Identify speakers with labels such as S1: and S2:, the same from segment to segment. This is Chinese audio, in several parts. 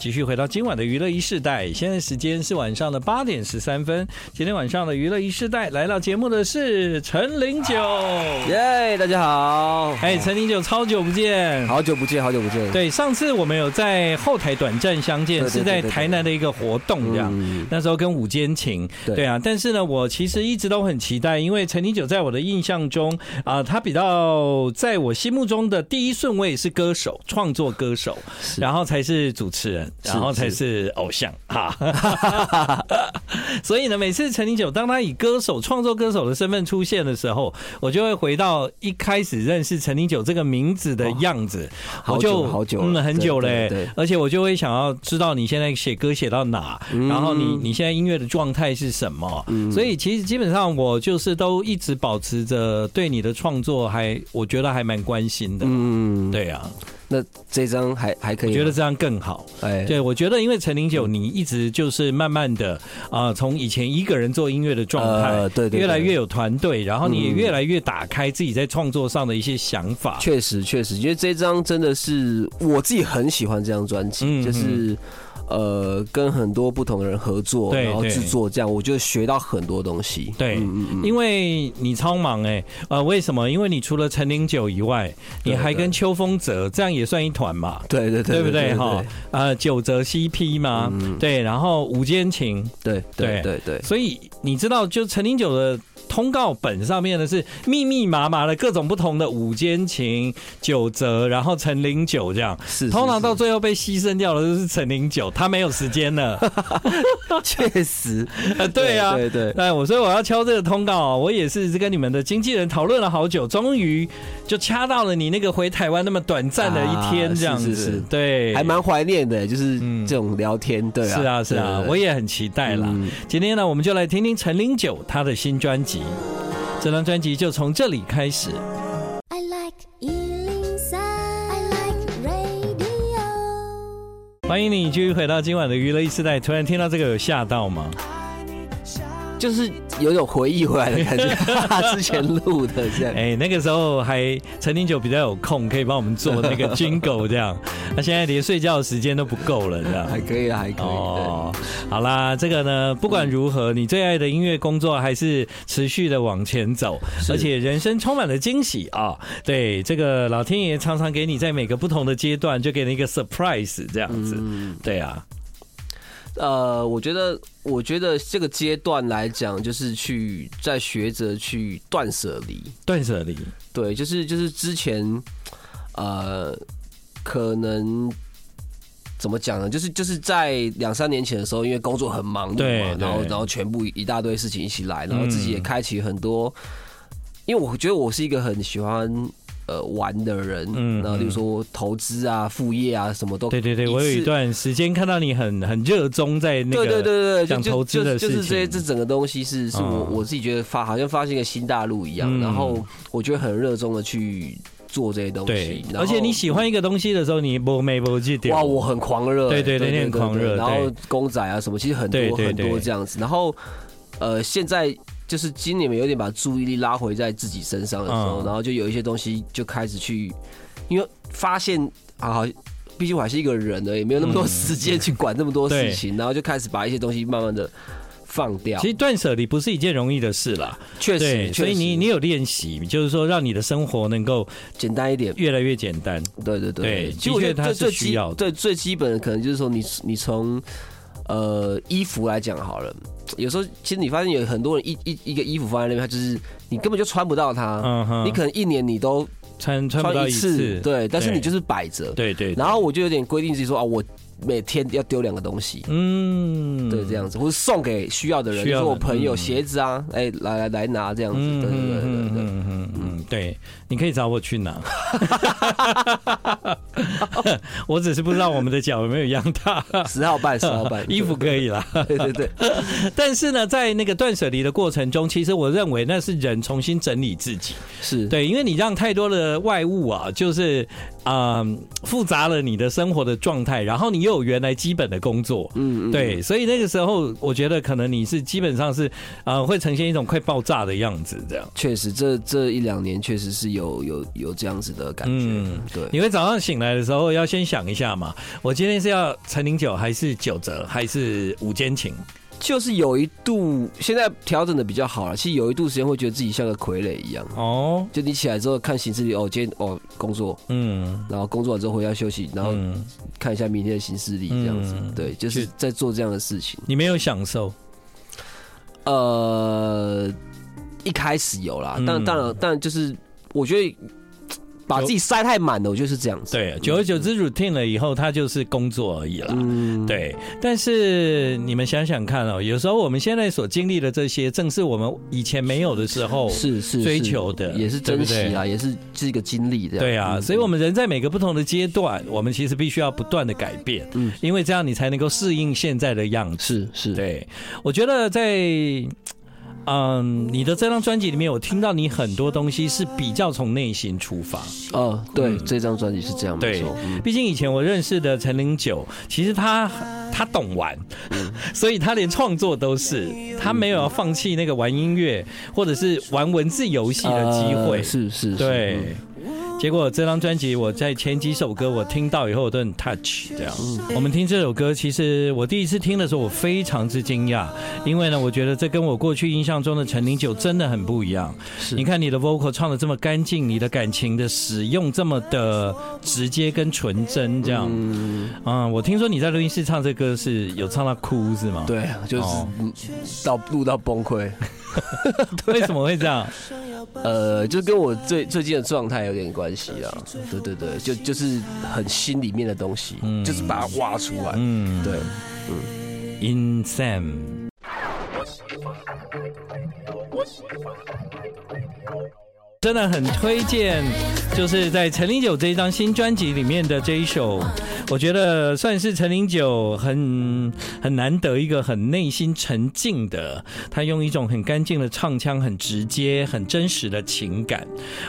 S1: 继续回到今晚的娱乐一世代，现在时间是晚上的八点十三分。今天晚上的娱乐一世代来到节目的是陈零九，
S2: 耶，大家好，
S1: 哎，陈零九超久不见。
S2: 好久不见，好久不见。
S1: 对，上次我们有在后台短暂相见，
S2: 对对
S1: 是
S2: 对
S1: 在
S2: 对对
S1: 台南的一个活动这样。
S2: 嗯，
S1: 那时候跟午间情，
S2: 对
S1: 对啊，但是呢，我其实一直都很期待，因为陈零九在我的印象中啊、他比较在我心目中的第一顺位是歌手、创作歌手，
S2: 是
S1: 然后才是主持人，
S2: 是
S1: 然后才是偶像哈。 所以呢，每次陈零九当他以歌手、创作歌手的身份出现的时候，我就会回到一开始认识陈零九这个名字的样子，
S2: 好
S1: 我
S2: 久
S1: 就
S2: 哦好久
S1: 嗯，
S2: 了
S1: 很久嘞、
S2: 对对对
S1: 而且我就会想要知道你现在写歌写到哪，
S2: 嗯
S1: 然后你你现在音乐的状态是什么。所以其实基本上我就是都一直保持着对你的创作还，我觉得还蛮关心的。
S2: 嗯，啊
S1: 对啊，
S2: 那这张还还可以
S1: 我
S2: 吗，
S1: 觉得这样更好。
S2: 哎，
S1: 对，我觉得因为陈零九，你一直就是慢慢的啊，从、以前一个人做音乐的状态、
S2: 呃对对对
S1: 越来越有团队，然后你也越来越打开自己在创作上的一些想法。
S2: 确实确实，因为这张真的是我自己很喜欢这张专
S1: 嗯
S2: 辑，就是。呃，跟很多不同的人合作，
S1: 对
S2: 然后
S1: 对
S2: 制作，这样我就学到很多东西。
S1: 对，
S2: 嗯嗯嗯，
S1: 因为你超忙哎、呃，为什么？因为你除了陈零九以外，你
S2: 对
S1: 还
S2: 对
S1: 跟邱风泽，这样也算一团嘛，
S2: 对对
S1: 对
S2: 对
S1: 不对哈？？呃，九泽 CP 嘛，对，然后午间情，
S2: 对对对对，
S1: 所以你知道，就陈零九的通告本上面的是密密麻麻的各种不同的午间情、九泽，然后陈零九这样。
S2: 是
S1: 通常到最后被牺牲掉的就是陈零九，他没有时间了。
S2: 确实，
S1: 呃对啊，
S2: 对对，
S1: 哎，我所以我要敲这个通告啊，我也是跟你们的经纪人讨论了好久，终于就掐到了你那个回台湾那么短暂的一天
S2: 啊
S1: 这样子，
S2: 是是是
S1: 对，
S2: 还蛮怀念的，就是
S1: 嗯
S2: 这种聊天，对啊，
S1: 是啊是啊，我
S2: 也
S1: 也很期待啦。
S2: 嗯
S1: 今天呢，我们就来听听陈零九他的新专辑，这张专辑就从这里开始。
S3: I like Ealing Sound. I like radio.
S1: 欢迎你继续回到今晚的娱乐一时代，突然听到这个有吓到 吗？
S2: 就是有一种回忆回来的感觉，哈 哈之前录的这样。
S1: 哎、那个时候还陈零九比较有空，可以帮我们做那个 jingle 这样，那现在连睡觉的时间都不够了这样。
S2: 还可以啦，还可以。
S1: 哦，好啦，这个呢，不管如何，你最爱的音乐工作还是持续的往前走，
S2: 是
S1: 而且人生充满了惊喜啊、对，这个老天爷常常给你在每个不同的阶段就给你一个 surprise 这样子，对啊，
S2: 对，嗯呃，我觉得，我觉得这个阶段来讲，就是去在学着去断舍离。
S1: 断舍离，
S2: 对，就是就是之前，呃，可能怎么讲呢？就是就是在两三年前的时候，因为工作很忙
S1: 对
S2: 碌嘛，然后
S1: 对
S2: 然后全部一大堆事情一起来，然后
S1: 嗯
S2: 自己也开启很多。因为我觉得我是一个很喜欢呃玩的人，
S1: 嗯
S2: 嗯，然后例如说投资啊、副业啊，什么都
S1: 对对对，我有一
S2: 次
S1: 段时间看到你很很热衷在那个，
S2: 对对对对，
S1: 想
S2: 就
S1: 投资的
S2: 就就
S1: 事
S2: 是这些
S1: 情
S2: 这整个东西是是我、
S1: 嗯
S2: 我自己觉得发好像发现一个新大陆一样，
S1: 嗯
S2: 然后我觉得很热衷的去做这些东
S1: 对
S2: 西，然后
S1: 而且你喜欢一个东西的时候，你不没不记得，
S2: 哇，我很狂热、
S1: 对
S2: 欸，
S1: 对对你很狂热
S2: 然后
S1: 对
S2: 公仔啊什么，其实很多
S1: 对对
S2: 很
S1: 对
S2: 多这样子，然后呃现在。就是今年有点把注意力拉回在自己身上的时
S1: 嗯
S2: 候，然后就有一些东西就开始去，因为发现啊，好毕竟我还是一个人而已，没有那么多
S1: 嗯
S2: 时间去管那么多
S1: 对
S2: 事情，然后就开始把一些东西慢慢的放掉。
S1: 其实断舍离不是一件容易的事啦，
S2: 确
S1: 对，
S2: 实，
S1: 所以
S2: 确实
S1: 你你有练习，就是说让你的生活能够
S2: 简单一点，
S1: 越来越简单。
S2: 对对
S1: 对
S2: 其实我觉
S1: 的确
S2: 得
S1: 它
S2: 最
S1: 是
S2: 最
S1: 需
S2: 基
S1: 要的
S2: 对最基本的可能就是说你你从呃衣服来讲好了，有时候其实你发现有很多人一一一个衣服放在那边，它就是你根本就穿不到它，
S1: 嗯哼，
S2: 你可能一年你都
S1: 穿穿不到
S2: 穿
S1: 一
S2: 一
S1: 次
S2: 次，，对，但是
S1: 对
S2: 你就是摆着。
S1: 对对，
S2: 然后我就有点规定自己说啊，我每天要丢两个东西。
S1: 嗯，
S2: 对，这样子，或者送给需要的人，
S1: 需
S2: 比
S1: 要
S2: 如
S1: 的
S2: 说我朋友
S1: 嗯
S2: 鞋子啊，哎，来来来拿这样子，
S1: 嗯
S2: 对对对对
S1: 嗯
S2: 对，
S1: 嗯嗯嗯，对，你可以找我去 拿，我只是不知道我们的脚有没有一样 大，
S2: 十号半，十号半，
S1: 衣服可以 啦。
S2: 对，对对对，
S1: 但是呢，在那个断舍离的过程中，其实我认为那是人重新整理自己。
S2: 是，
S1: 对，因为你让太多的外物啊，就是啊、复杂了你的生活的状态，然后你又有原来基本的工作，嗯，对，所以那个时候我觉得可能你是基本上是呃会呈现一种快爆炸的样子，这样。
S2: 确实这这一两年确实是有有有这样子的感觉，
S1: 嗯
S2: 对，
S1: 你会早上醒来的时候要先想一下嘛，我今天是要陈零九还是九折还是五间情？
S2: 就是有一度现在调整的比较好了，其实有一度时间会觉得自己像个傀儡一样。
S1: 哦，
S2: 就你起来之后看行事历，哦，今天哦工作，
S1: 嗯，
S2: 然后工作完之后回家休息，然后
S1: 嗯
S2: 看一下明天的行事历，这样子，
S1: 嗯
S2: 对，就是
S1: 是
S2: 在做这样的事情。
S1: 你没有享受，
S2: 呃，一开始有啦，
S1: 嗯
S2: 但当然，但就是我觉得把自己塞太满了，我觉得是这样子。
S1: 对，久而久之 routine 了以后，它就是工作而已啦。
S2: 嗯，
S1: 对，但是你们想想看哦，有时候我们现在所经历的这些，正是我们以前没有的时候。
S2: 是啊是是
S1: 追求的
S2: 也是珍惜
S1: 对不
S2: 啊，也是是一个经历这样。
S1: 对啊，
S2: 嗯
S1: 所以我们人在每个不同的阶段，我们其实必须要不断的改变，
S2: 嗯
S1: 因为这样你才能够适应现在的样子。
S2: 是是，
S1: 对，我觉得在。嗯，你的这张专辑里面，我听到你很多东西是比较从内心出发。
S2: 哦，对，这张专辑是这样没
S1: 嗯对
S2: 错。嗯，
S1: 毕竟以前我认识的陈零九，其实他他懂玩，
S2: 嗯
S1: 所以他连创作都是，他没有要放弃那个玩音乐或者是玩文字游戏的机会。
S2: 呃是是，嗯是
S1: 对。结果这张专辑，我在前几首歌我听到以后，我都很 touch。这样，
S2: 嗯
S1: 我们听这首歌，其实我第一次听的时候，我非常之惊讶，因为呢，我觉得这跟我过去印象中的陈零九真的很不一样。
S2: 是
S1: 你看你的 vocal 唱的这么干净，你的感情的使用这么的直接跟纯真，这样。
S2: 嗯，
S1: 嗯，我听说你在录音室唱这歌是有唱到哭是吗？，
S2: 对，就是
S1: 哦
S2: 嗯到录到崩溃，
S1: 为什么会这样？
S2: 呃，就跟我最最近的状态有点关系啦。对对对，就就是很心里面的东西，
S1: 嗯
S2: 就是把它挖出来。
S1: 嗯，
S2: 对，
S1: ，Insane。真的很推荐，就是在陈零九这一张新专辑里面的这一首，我觉得算是陈零九很很难得一个很内心沉静的，他用一种很干净的唱腔，很直接、很真实的情感。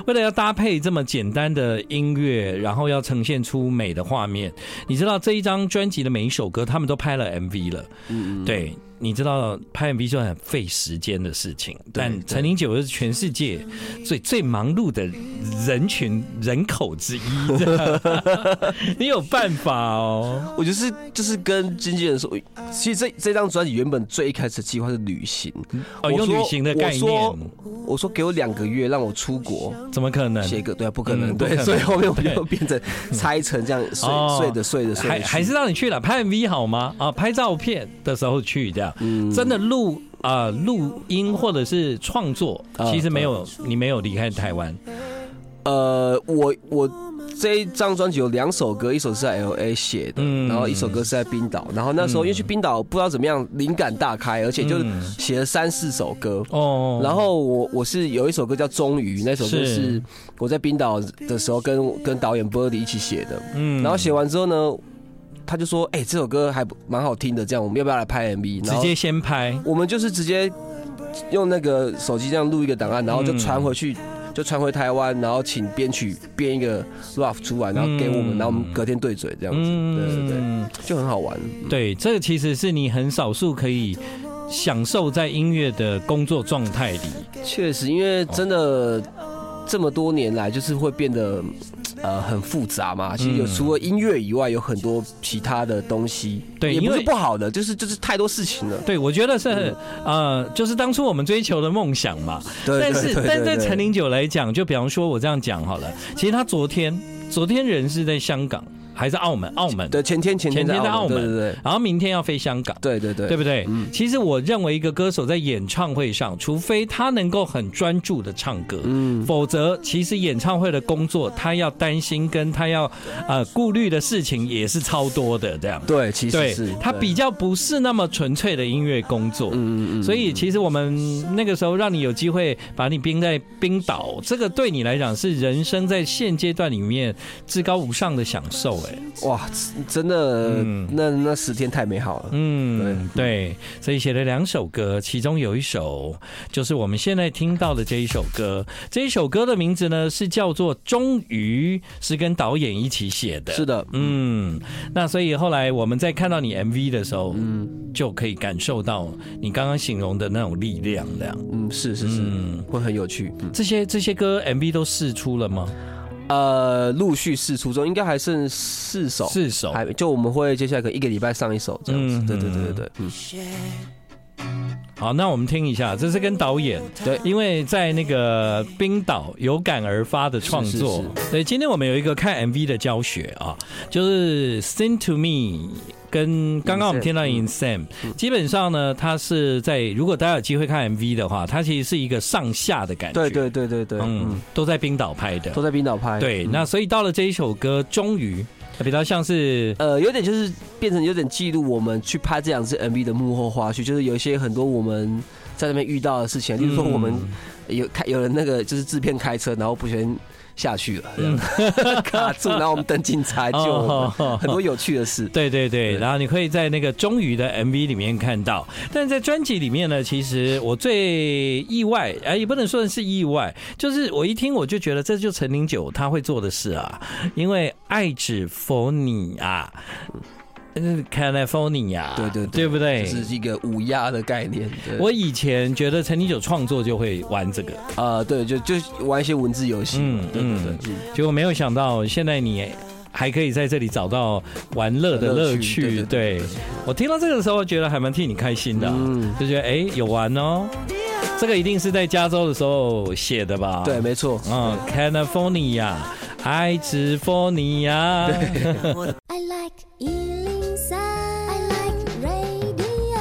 S1: 为了要搭配这么简单的音乐，然后要呈现出美的画面，你知道这一张专辑的每一首歌，他们都拍了 MV 了，
S2: 嗯，
S1: 对。你知道拍 MV 就很费时间的事情，
S2: 对
S1: 但
S2: 对
S1: 陈零九是全世界最最忙碌的人群人口之一， 你有办法哦。
S2: 我就是就是跟经纪人说，其实这这张专辑原本最一开始的计划是旅行，
S1: 哦，
S2: 我
S1: 用
S2: 说
S1: 旅行的概
S2: 我
S1: 念，
S2: 说我说给我两个月让我出国
S1: 怎么可能？
S2: 写歌，对啊，不可能，
S1: 嗯不可
S2: 对，
S1: 能
S2: 所以后面我
S1: 对嗯
S2: 们又变成拆成这样睡
S1: 哦
S2: 睡的睡的睡
S1: 还
S2: 的，
S1: 还是让你去了拍 MV 好吗？啊，拍照片的时候去这样，
S2: 嗯
S1: 真的录啊录音或者是创作，
S2: 啊
S1: 其实没有你没有离开台湾，
S2: 呃，我我这一张专辑有两首歌，一首是在 L A 写的，
S1: 嗯
S2: 然后一首歌是在冰岛。然后那时候因为去冰岛不知道怎么样，灵感大开，而且就
S1: 嗯
S2: 写了三四首歌。
S1: 哦，
S2: 然后我我是有一首歌叫《终于》，那首歌
S1: 是
S2: 是我在冰岛的时候跟跟导演 Birdy 一起写的。
S1: 嗯
S2: 然后写完之后呢，他就说：“哎、这首歌还不蛮好听的，这样我们要不要来拍 MV？” 然
S1: 直
S2: 后
S1: 接先拍，
S2: 我们就是直接用那个手机这样录一个档案，然后
S1: 嗯
S2: 就传回去，就传回台湾，然后请编曲编一个 rough 出来，然后给我们，
S1: 嗯
S2: 然后我们隔天对嘴这样子，对对对，就很好玩。
S1: 对，这个其实是你很少数可以享受在音乐的工作状态里，
S2: 确实，因为真的
S1: 哦
S2: 这么多年来，就是会变得。呃，很复杂嘛。其实有
S1: 嗯
S2: 除了音乐以外，有很多其他的东西，
S1: 对
S2: 也不
S1: 因
S2: 是
S1: 为
S2: 不好的，就是就是太多事情了。
S1: 对我觉得是很
S2: 嗯
S1: 呃，就是当初我们追求的梦想嘛，
S2: 对，
S1: 但
S2: 对
S1: 是，
S2: 对
S1: 但对
S2: 对
S1: 陈零九来讲，就比方说，我这样讲好了。其实他昨天，昨天人是在香港还是澳门？澳门。
S2: 对前天前天
S1: 前天在澳门
S2: 对对对
S1: 然后明天要飞香港，
S2: 对嗯对对
S1: 对不对？其实我认为，一个歌手在演唱会上，除非他能够很专注的唱歌，
S2: 嗯
S1: 否则其实演唱会的工作，他要担心跟他要呃顾虑的事情也是超多的，这样。
S2: 对，其实
S1: 对
S2: 是，
S1: 他
S2: 对
S1: 比较不是那么纯粹的音乐工作。
S2: 嗯嗯嗯，
S1: 所以其实我们那个时候让你有机会把你冰在冰岛，这个对你来讲是人生在现阶段里面至高无上的享受、哎、
S2: 哇，真的，
S1: 嗯
S2: 那那十天太美好了。
S1: 嗯，对，所以写了两首歌，其中有一首就是我们现在听到的这一首歌。这一首歌的名字呢是叫做《终于》，是跟导演一起写的。
S2: 是的，
S1: 嗯，那所以后来我们在看到你 MV 的时候，嗯，就可以感受到你刚刚形容的那种力量。这样，
S2: 嗯，是是是，
S1: 嗯
S2: 会很有趣。嗯
S1: 这些这些歌 MV 都试出了吗？
S2: 呃，陆续试出中，应该还剩四首，
S1: 四首
S2: 哦还就我们会接下来可能一个礼拜上一首这样子。
S1: 哦嗯
S2: 对对对对对，嗯，
S1: 好，那我们听一下，这是跟导演
S2: 对
S1: 因为在那个冰岛有感而发的创作。对，今天我们有一个看 MV 的教学啊，就是《Sing to Me》。跟刚刚我们听到的《In Sam》，基
S2: 嗯
S1: 本上呢，它是在如果大家有机会看 MV 的话，它其实是一个上下的感觉，
S2: 对对对对对，嗯
S1: 嗯，，都在冰岛拍的
S2: 都，在冰岛拍。
S1: 对。
S2: 嗯
S1: 那所以到了这一首歌，终于比较像是
S2: 呃，有点就是变成有点记录我们去拍这两支 MV 的幕后花絮，就是有一些很多我们在那边遇到的
S1: 嗯
S2: 事情，例如说我们有开有人那个就是制片开车，然后不小心下去了，这样 卡住，然后我们等警察救我
S1: 嗯哦
S2: 们，很多有趣的事。
S1: 对对对，
S2: 对
S1: 然后你可以在那个终于的 MV 里面看到，但是在专辑里面呢，其实我最意外，哎，也不能说是意外，就是我一听我就觉得这就是陈零九他会做的事啊，因为爱只否你啊。嗯，California，啊
S2: 对对
S1: 对不对？
S2: 就是一个五压的概念。对
S1: 我以前觉得陈零九创作就会玩这个，
S2: 啊、对，就就玩一些文字游戏。
S1: 嗯
S2: 对对对
S1: 嗯，结果没有想到，现在你还可以在这里找到玩乐的乐趣。
S2: 嗯乐趣对对
S1: 对我听到这个的时候，觉得还蛮替你开心的啊、
S2: 嗯
S1: 就觉得哎、有玩哦。这个一定是在加州的时候写的吧？
S2: 对，，没错。
S1: 嗯，California，爱之 California，
S3: I like Ealing Sound. I like radio.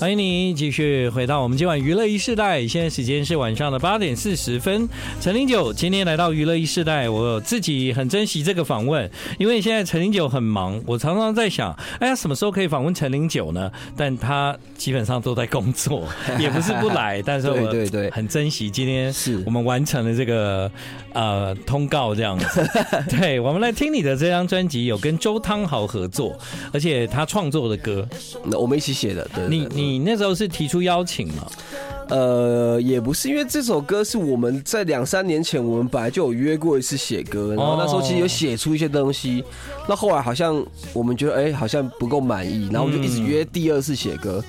S1: 欢迎你继续回到我们今晚娱乐一世代，现在时间是晚上的八点四十分。陈零九今天来到娱乐一世代，我自己很珍惜这个访问，因为现在陈零九很忙，我常常在想，哎呀，什么时候可以访问陈零九呢？ 但他基本上都在工作，也不是不来，但是我
S2: 对对对
S1: 很珍惜今天
S2: 是
S1: 我们完成了这个呃通告这样子。对，我们来听你的这张专辑，有跟周汤豪合作，而且他创作的歌，
S2: 那我们一起写的。对对
S1: 你
S2: 对
S1: 你那时候是提出邀请吗？
S2: 呃，也不是，因为这首歌是我们在两三年前，我们本来就有约过一次写歌，然后那时候其实有写出一些东西，
S1: 哦
S2: 那后来好像我们觉得哎、好像不够满意，然后我们就一直约第二次写歌，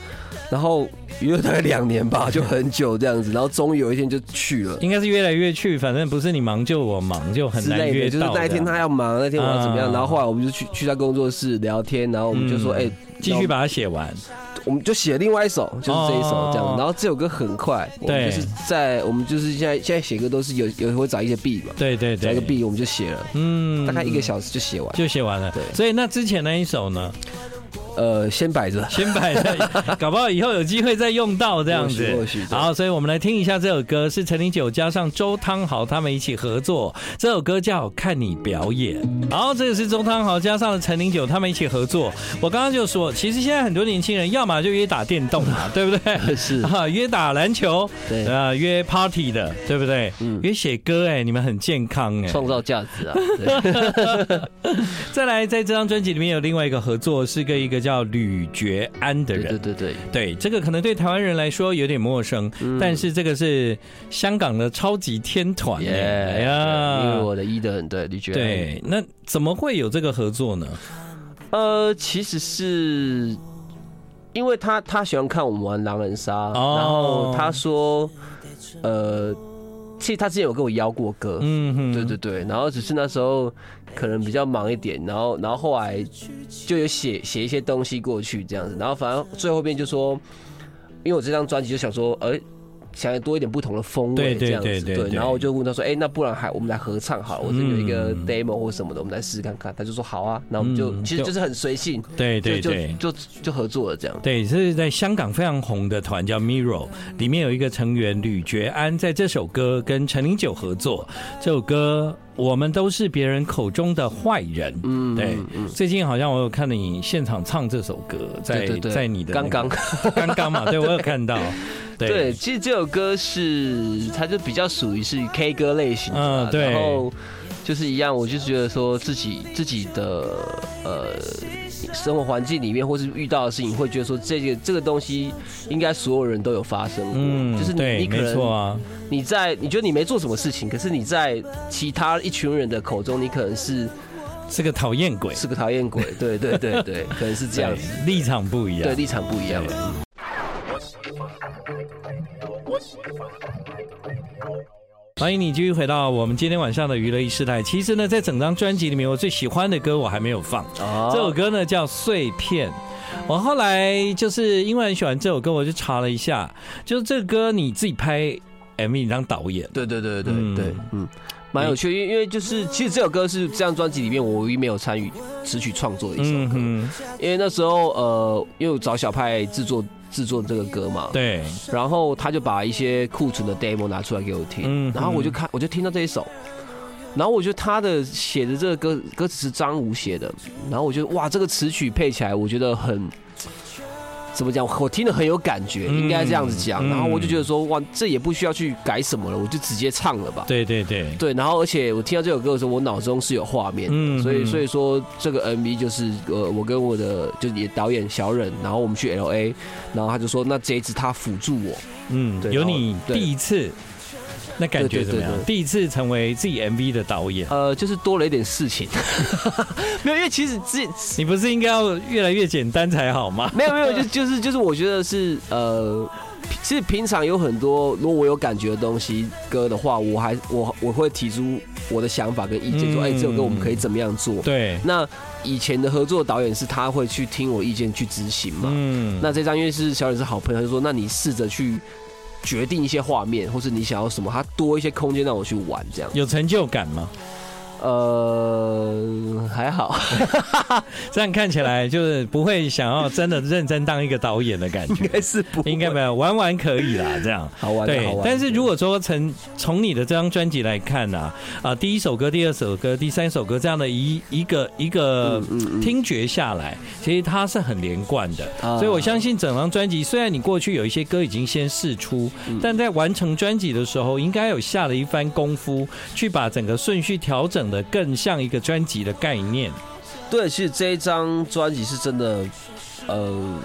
S2: 然后约了大概两年吧，就很久这样子，然后终于有一天就去了。
S1: 应该是越来越去，反正不是你忙就我忙，就很
S2: 之
S1: 难
S2: 类
S1: 约到
S2: 的，
S1: 这
S2: 就是
S1: 样。
S2: 那一天他要忙，那天我要怎么
S1: 嗯
S2: 样，然后后来我们就去去他工作室聊天，然后我们就说，
S1: 嗯
S2: 哎，
S1: 继续把它写完。
S2: 我们就写另外一首，就是这一首这样
S1: 哦。
S2: 然后这首歌很快，我们
S1: 对
S2: 就是在我们就是现在现在写歌都是有有会找一些 B 嘛，
S1: 对对
S2: 找
S1: 对，
S2: 一个 B 我们就写了，
S1: 嗯
S2: 大概一个小时就写完。
S1: 就写完了。
S2: 对
S1: 所以那之前那一首呢，
S2: 呃，先摆着，
S1: 先摆在，搞不好以后有机会再用到这样子
S2: 或许或许。对
S1: 好，所以我们来听一下这首歌，是陈零九加上周汤豪他们一起合作，这首歌叫《看你表演》。好，这个是周汤豪加上了陈零九他们一起合作。我刚刚就说，其实现在很多年轻人，要么就约打电动嘛， 对不对？
S2: 是
S1: 啊，约打篮球，
S2: 对
S1: 啊，约 party 的，对不对？
S2: 嗯
S1: 约写歌，哎，你们很健康，哎，
S2: 创造价值啊。 对
S1: 再来，在这张专辑里面有另外一个合作，是跟一个叫吕觉安的人。
S2: 对对对，
S1: 对，这个可能对台湾人来说有点陌生，
S2: 嗯
S1: 但是这个是香港的超级天团耶哎
S2: 因为我的一的很对，你觉得？
S1: 对，那怎么会有这个合作呢？
S2: 呃，其实是因为他他喜欢看我们玩狼人杀，
S1: 哦
S2: 然后他说，呃，其实他之前有跟我邀过歌，
S1: 嗯哼，
S2: 对对对，然后只是那时候可能比较忙一点，然后然后后来就有写写一些东西过去这样子，然后反正最后面就说，因为我这张专辑就想说，呃。想要多一点不同的风
S1: 对
S2: 味，
S1: 对
S2: 这样子
S1: 对对对
S2: 然后我就问他说：“哎、那不然还我们来合唱好了？我这有一个
S1: 嗯
S2: demo 或什么的，我们来试试看看。”他就说：“好啊。”然后我们就、
S1: 嗯
S2: 其实
S1: 就
S2: 就是很随性，
S1: 对
S2: 就
S1: 对对。
S2: 就就就合作了这样。
S1: 对，这是在香港非常红的团叫 Miro，里面有一个成员吕觉安，在这首歌跟陈零九合作。这首歌我们都是别人口中的坏人，嗯，对。最近好像我有看你现场唱这首歌，在
S2: 对对对，
S1: 在你的那
S2: 刚
S1: 个
S2: 刚
S1: 刚刚嘛，对我有看到，
S2: 对，其实这首歌是它就比较属于是 K 歌类型的啦，
S1: 嗯对
S2: 然后就是一样，我就是觉得说自己自己的呃生活环境里面，或是遇到的事情，会觉得说这个这个东西应该所有人都有发生过，
S1: 嗯，
S2: 就是你
S1: 对，
S2: 你可
S1: 没错
S2: 能
S1: 啊，
S2: 你在你觉得你没做什么事情，可是你在其他一群人的口中，你可能是
S1: 是个讨厌鬼，
S2: 是个讨厌鬼，对对对对，可能是这样子，
S1: 对立场不一样，
S2: 对立场不一样了。
S1: 欢迎你继续回到我们今天晚上的娱乐一世代。其实呢，在整张专辑里面，我最喜欢的歌我还没有放。
S2: 哦
S1: 这首歌呢叫《碎片》。我后来就是因为很喜欢这首歌，我就查了一下，就是这个歌你自己拍 MV 你当导演，
S2: 对对对对
S1: 嗯
S2: 对，嗯，蛮有趣，因为因为就是其实这首歌是这张专辑里面我唯一没有参与词曲创作的一首歌，
S1: 嗯哼，
S2: 因为那时候呃，因为我找小派制作制作这个歌嘛，
S1: 对，
S2: 然后他就把一些库存的 demo 拿出来给我听，
S1: 嗯
S2: 然后我就看我就听到这一首。然后我觉得他的写的这个歌歌词是张武写的，然后我觉得哇，这个词曲配起来，我觉得很怎么讲？我听得很有感觉，
S1: 嗯
S2: 应该这样子讲。
S1: 嗯
S2: 然后我就觉得说哇，这也不需要去改什么了，我就直接唱了吧。
S1: 对对对，
S2: 对，然后而且我听到这首歌的时候，我脑中是有画面的，
S1: 嗯
S2: 所以
S1: 嗯
S2: 所以说这个 MV 就是呃，我跟我的就也导演小忍，然后我们去 LA，然后他就说那这一支他辅助我，
S1: 嗯，
S2: 对
S1: 有
S2: 然后
S1: 你
S2: 对
S1: 第一次，那感觉
S2: 对对
S1: 怎么样
S2: 对对？
S1: 第一次成为自己 MV 的导演，
S2: 呃，就是多了一点事情， 没有，因为其实之
S1: 你不是应该要越来越简单才好吗？
S2: 没有没有，就就是就是我觉得是呃。其实平常有很多，如果我有感觉的东西歌的话，我还我我会提出我的想法跟意见，说，哎、
S1: 嗯
S2: 这首歌我们可以怎么样做？
S1: 对，
S2: 那以前的合作导演是他会去听我意见去执行嘛？
S1: 嗯，
S2: 那这张因为是小李是好朋友，他就说那你试着去决定一些画面，或是你想要什么，他多一些空间让我去玩这样。
S1: 有成就感吗？
S2: 呃，还好，
S1: 这样看起来就是不会想要真的认真当一个导演的感觉
S2: 应，该是不
S1: 应该没有玩玩可以啦，这样。
S2: 好玩的，
S1: 对
S2: 好玩的。，
S1: 但是如果说从从你的这张专辑来看呢、啊，第一首歌、第二首歌、第三首歌这样的一一个一个
S2: 嗯嗯嗯
S1: 听觉下来，其实它是很连贯的。
S2: 啊
S1: 所以我相信整张专辑，虽然你过去有一些歌已经先试出，
S2: 嗯
S1: 但在完成专辑的时候，应该有下了一番功夫，去把整个顺序调整的更像一个专辑的概念。
S2: 对，其实这一张专辑是真的，呃，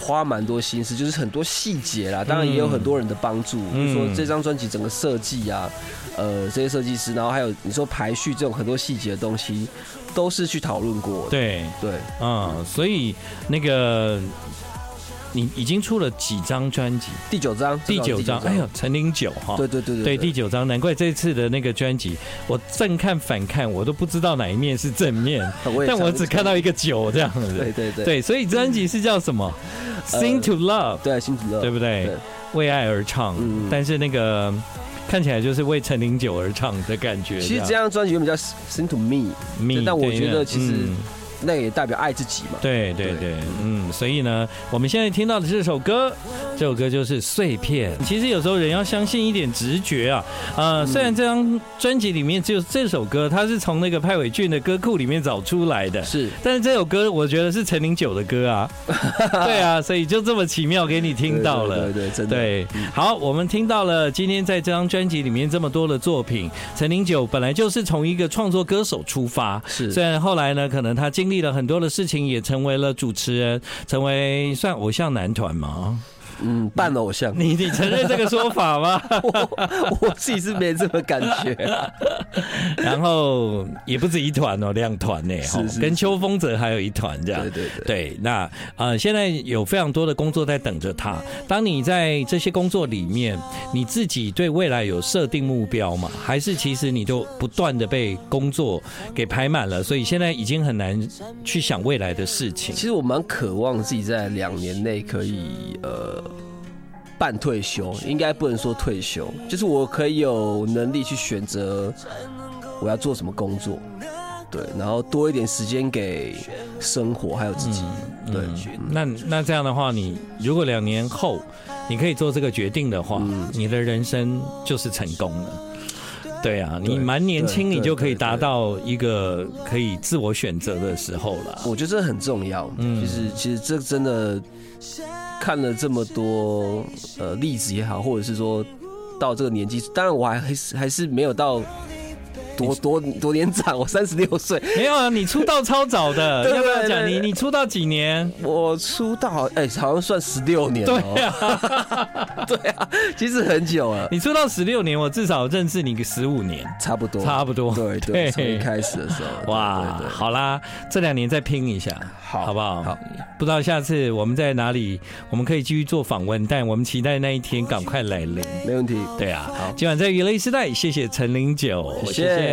S2: 花蛮多心思，就是很多细节啦。当然也有很多人的帮助，
S1: 嗯
S2: 比如说这张专辑整个设计啊，呃，这些设计师，然后还有你说排序这种很多细节的东西，都是去讨论过的。
S1: 对，
S2: 对，
S1: 嗯，所以那个你已经出了几张专辑？
S2: 第九张，
S1: 第九张，哎呦，陈零九哈。
S2: 对对对
S1: 对第九张，难怪这次的那个专辑，我正看反看，我都不知道哪一面是正 面，
S2: 我也
S1: 但我
S2: 常
S1: 只看到一个九这样
S2: 对
S1: 子。
S2: 对对
S1: 对，所以专辑是叫什么？Sing to Love，
S2: 对，辛苦了，
S1: 对不对
S2: 呃对？
S1: 为爱而唱
S2: 嗯，
S1: 但是那个看起来就是为陈零九而唱的感觉。
S2: 其实这张专辑原本叫《Sing to Me》，
S1: Me，
S2: 但我觉得
S1: 对
S2: 其实
S1: 嗯
S2: 那也代表爱自己嘛。
S1: 对对对，嗯，所以呢，我们现在听到的这首歌，这首歌就是《碎片》。其实有时候人要相信一点直觉啊，
S2: 嗯
S1: 呃，虽然这张专辑里面只有这首歌，它是从那个派伟俊的歌库里面找出来的。
S2: 是，
S1: 但是这首歌我觉得是陈零九的歌 啊，对啊，所以就这么奇妙给你听到了。
S2: 对对对，真的。
S1: 对，好，我们听到了今天在这张专辑里面这么多的作品，陈零九本来就是从一个创作歌手出发，
S2: 是
S1: 虽然后来呢，可能他经历了很多的事情，也成为了主持人，成为算偶像男团嘛？
S2: 嗯，半偶像，
S1: 你你承认这个说法吗？
S2: 我我自己是没这么感觉。
S1: 然后也不止一团哦，两团呢，哈
S2: 是是
S1: 跟秋风者还有一团这样
S2: 对。对 对，
S1: 对，那呃，现在有非常多的工作在等着他。当你在这些工作里面，你自己对未来有设定目标吗？还是其实你就不断的被工作给排满了，所以现在已经很难去想未来的事情
S2: 其？实我蛮渴望自己在两年内可以呃。半退休应该不能说退休，就是我可以有能力去选择我要做什么工作，对，然后多一点时间给生活还有自己，对，
S1: 那那这样的话，你如果两年后你可以做这个决定的话，
S2: 嗯
S1: 你的人生就是成功了。对啊，你
S2: 对
S1: 蛮年轻，
S2: 对
S1: 你就可以
S2: 对对
S1: 达到一个可以自我选择的时候了。
S2: 我觉得这很重要。
S1: 嗯
S2: 就是其实这真的看了这么多呃例子也好，或者是说到这个年纪，当然我还还是还是没有到多多多年长，我三十六岁，
S1: 没有啊，你出道超早的，
S2: 对
S1: 要不要讲
S2: 对
S1: 你？
S2: 对
S1: 你出道几年？
S2: 我出道好哎、好像算十六年了、
S1: 对
S2: 哦，
S1: 啊，
S2: 对啊，其实很久了，
S1: 你出道十六年，我至少认识你个十五年，
S2: 差不多，
S1: 差不多。
S2: 对对，从一开始的时候，
S1: 哇，
S2: 对对对
S1: 好啦，这两年再拼一下，
S2: 好
S1: 好不好？
S2: 好，
S1: 不知道下次我们在哪里，我们可以继续做访问，但我们期待那一天赶快来临。
S2: 没问题，
S1: 对啊，今晚在娱乐一时代，谢谢陈零九，
S2: 谢谢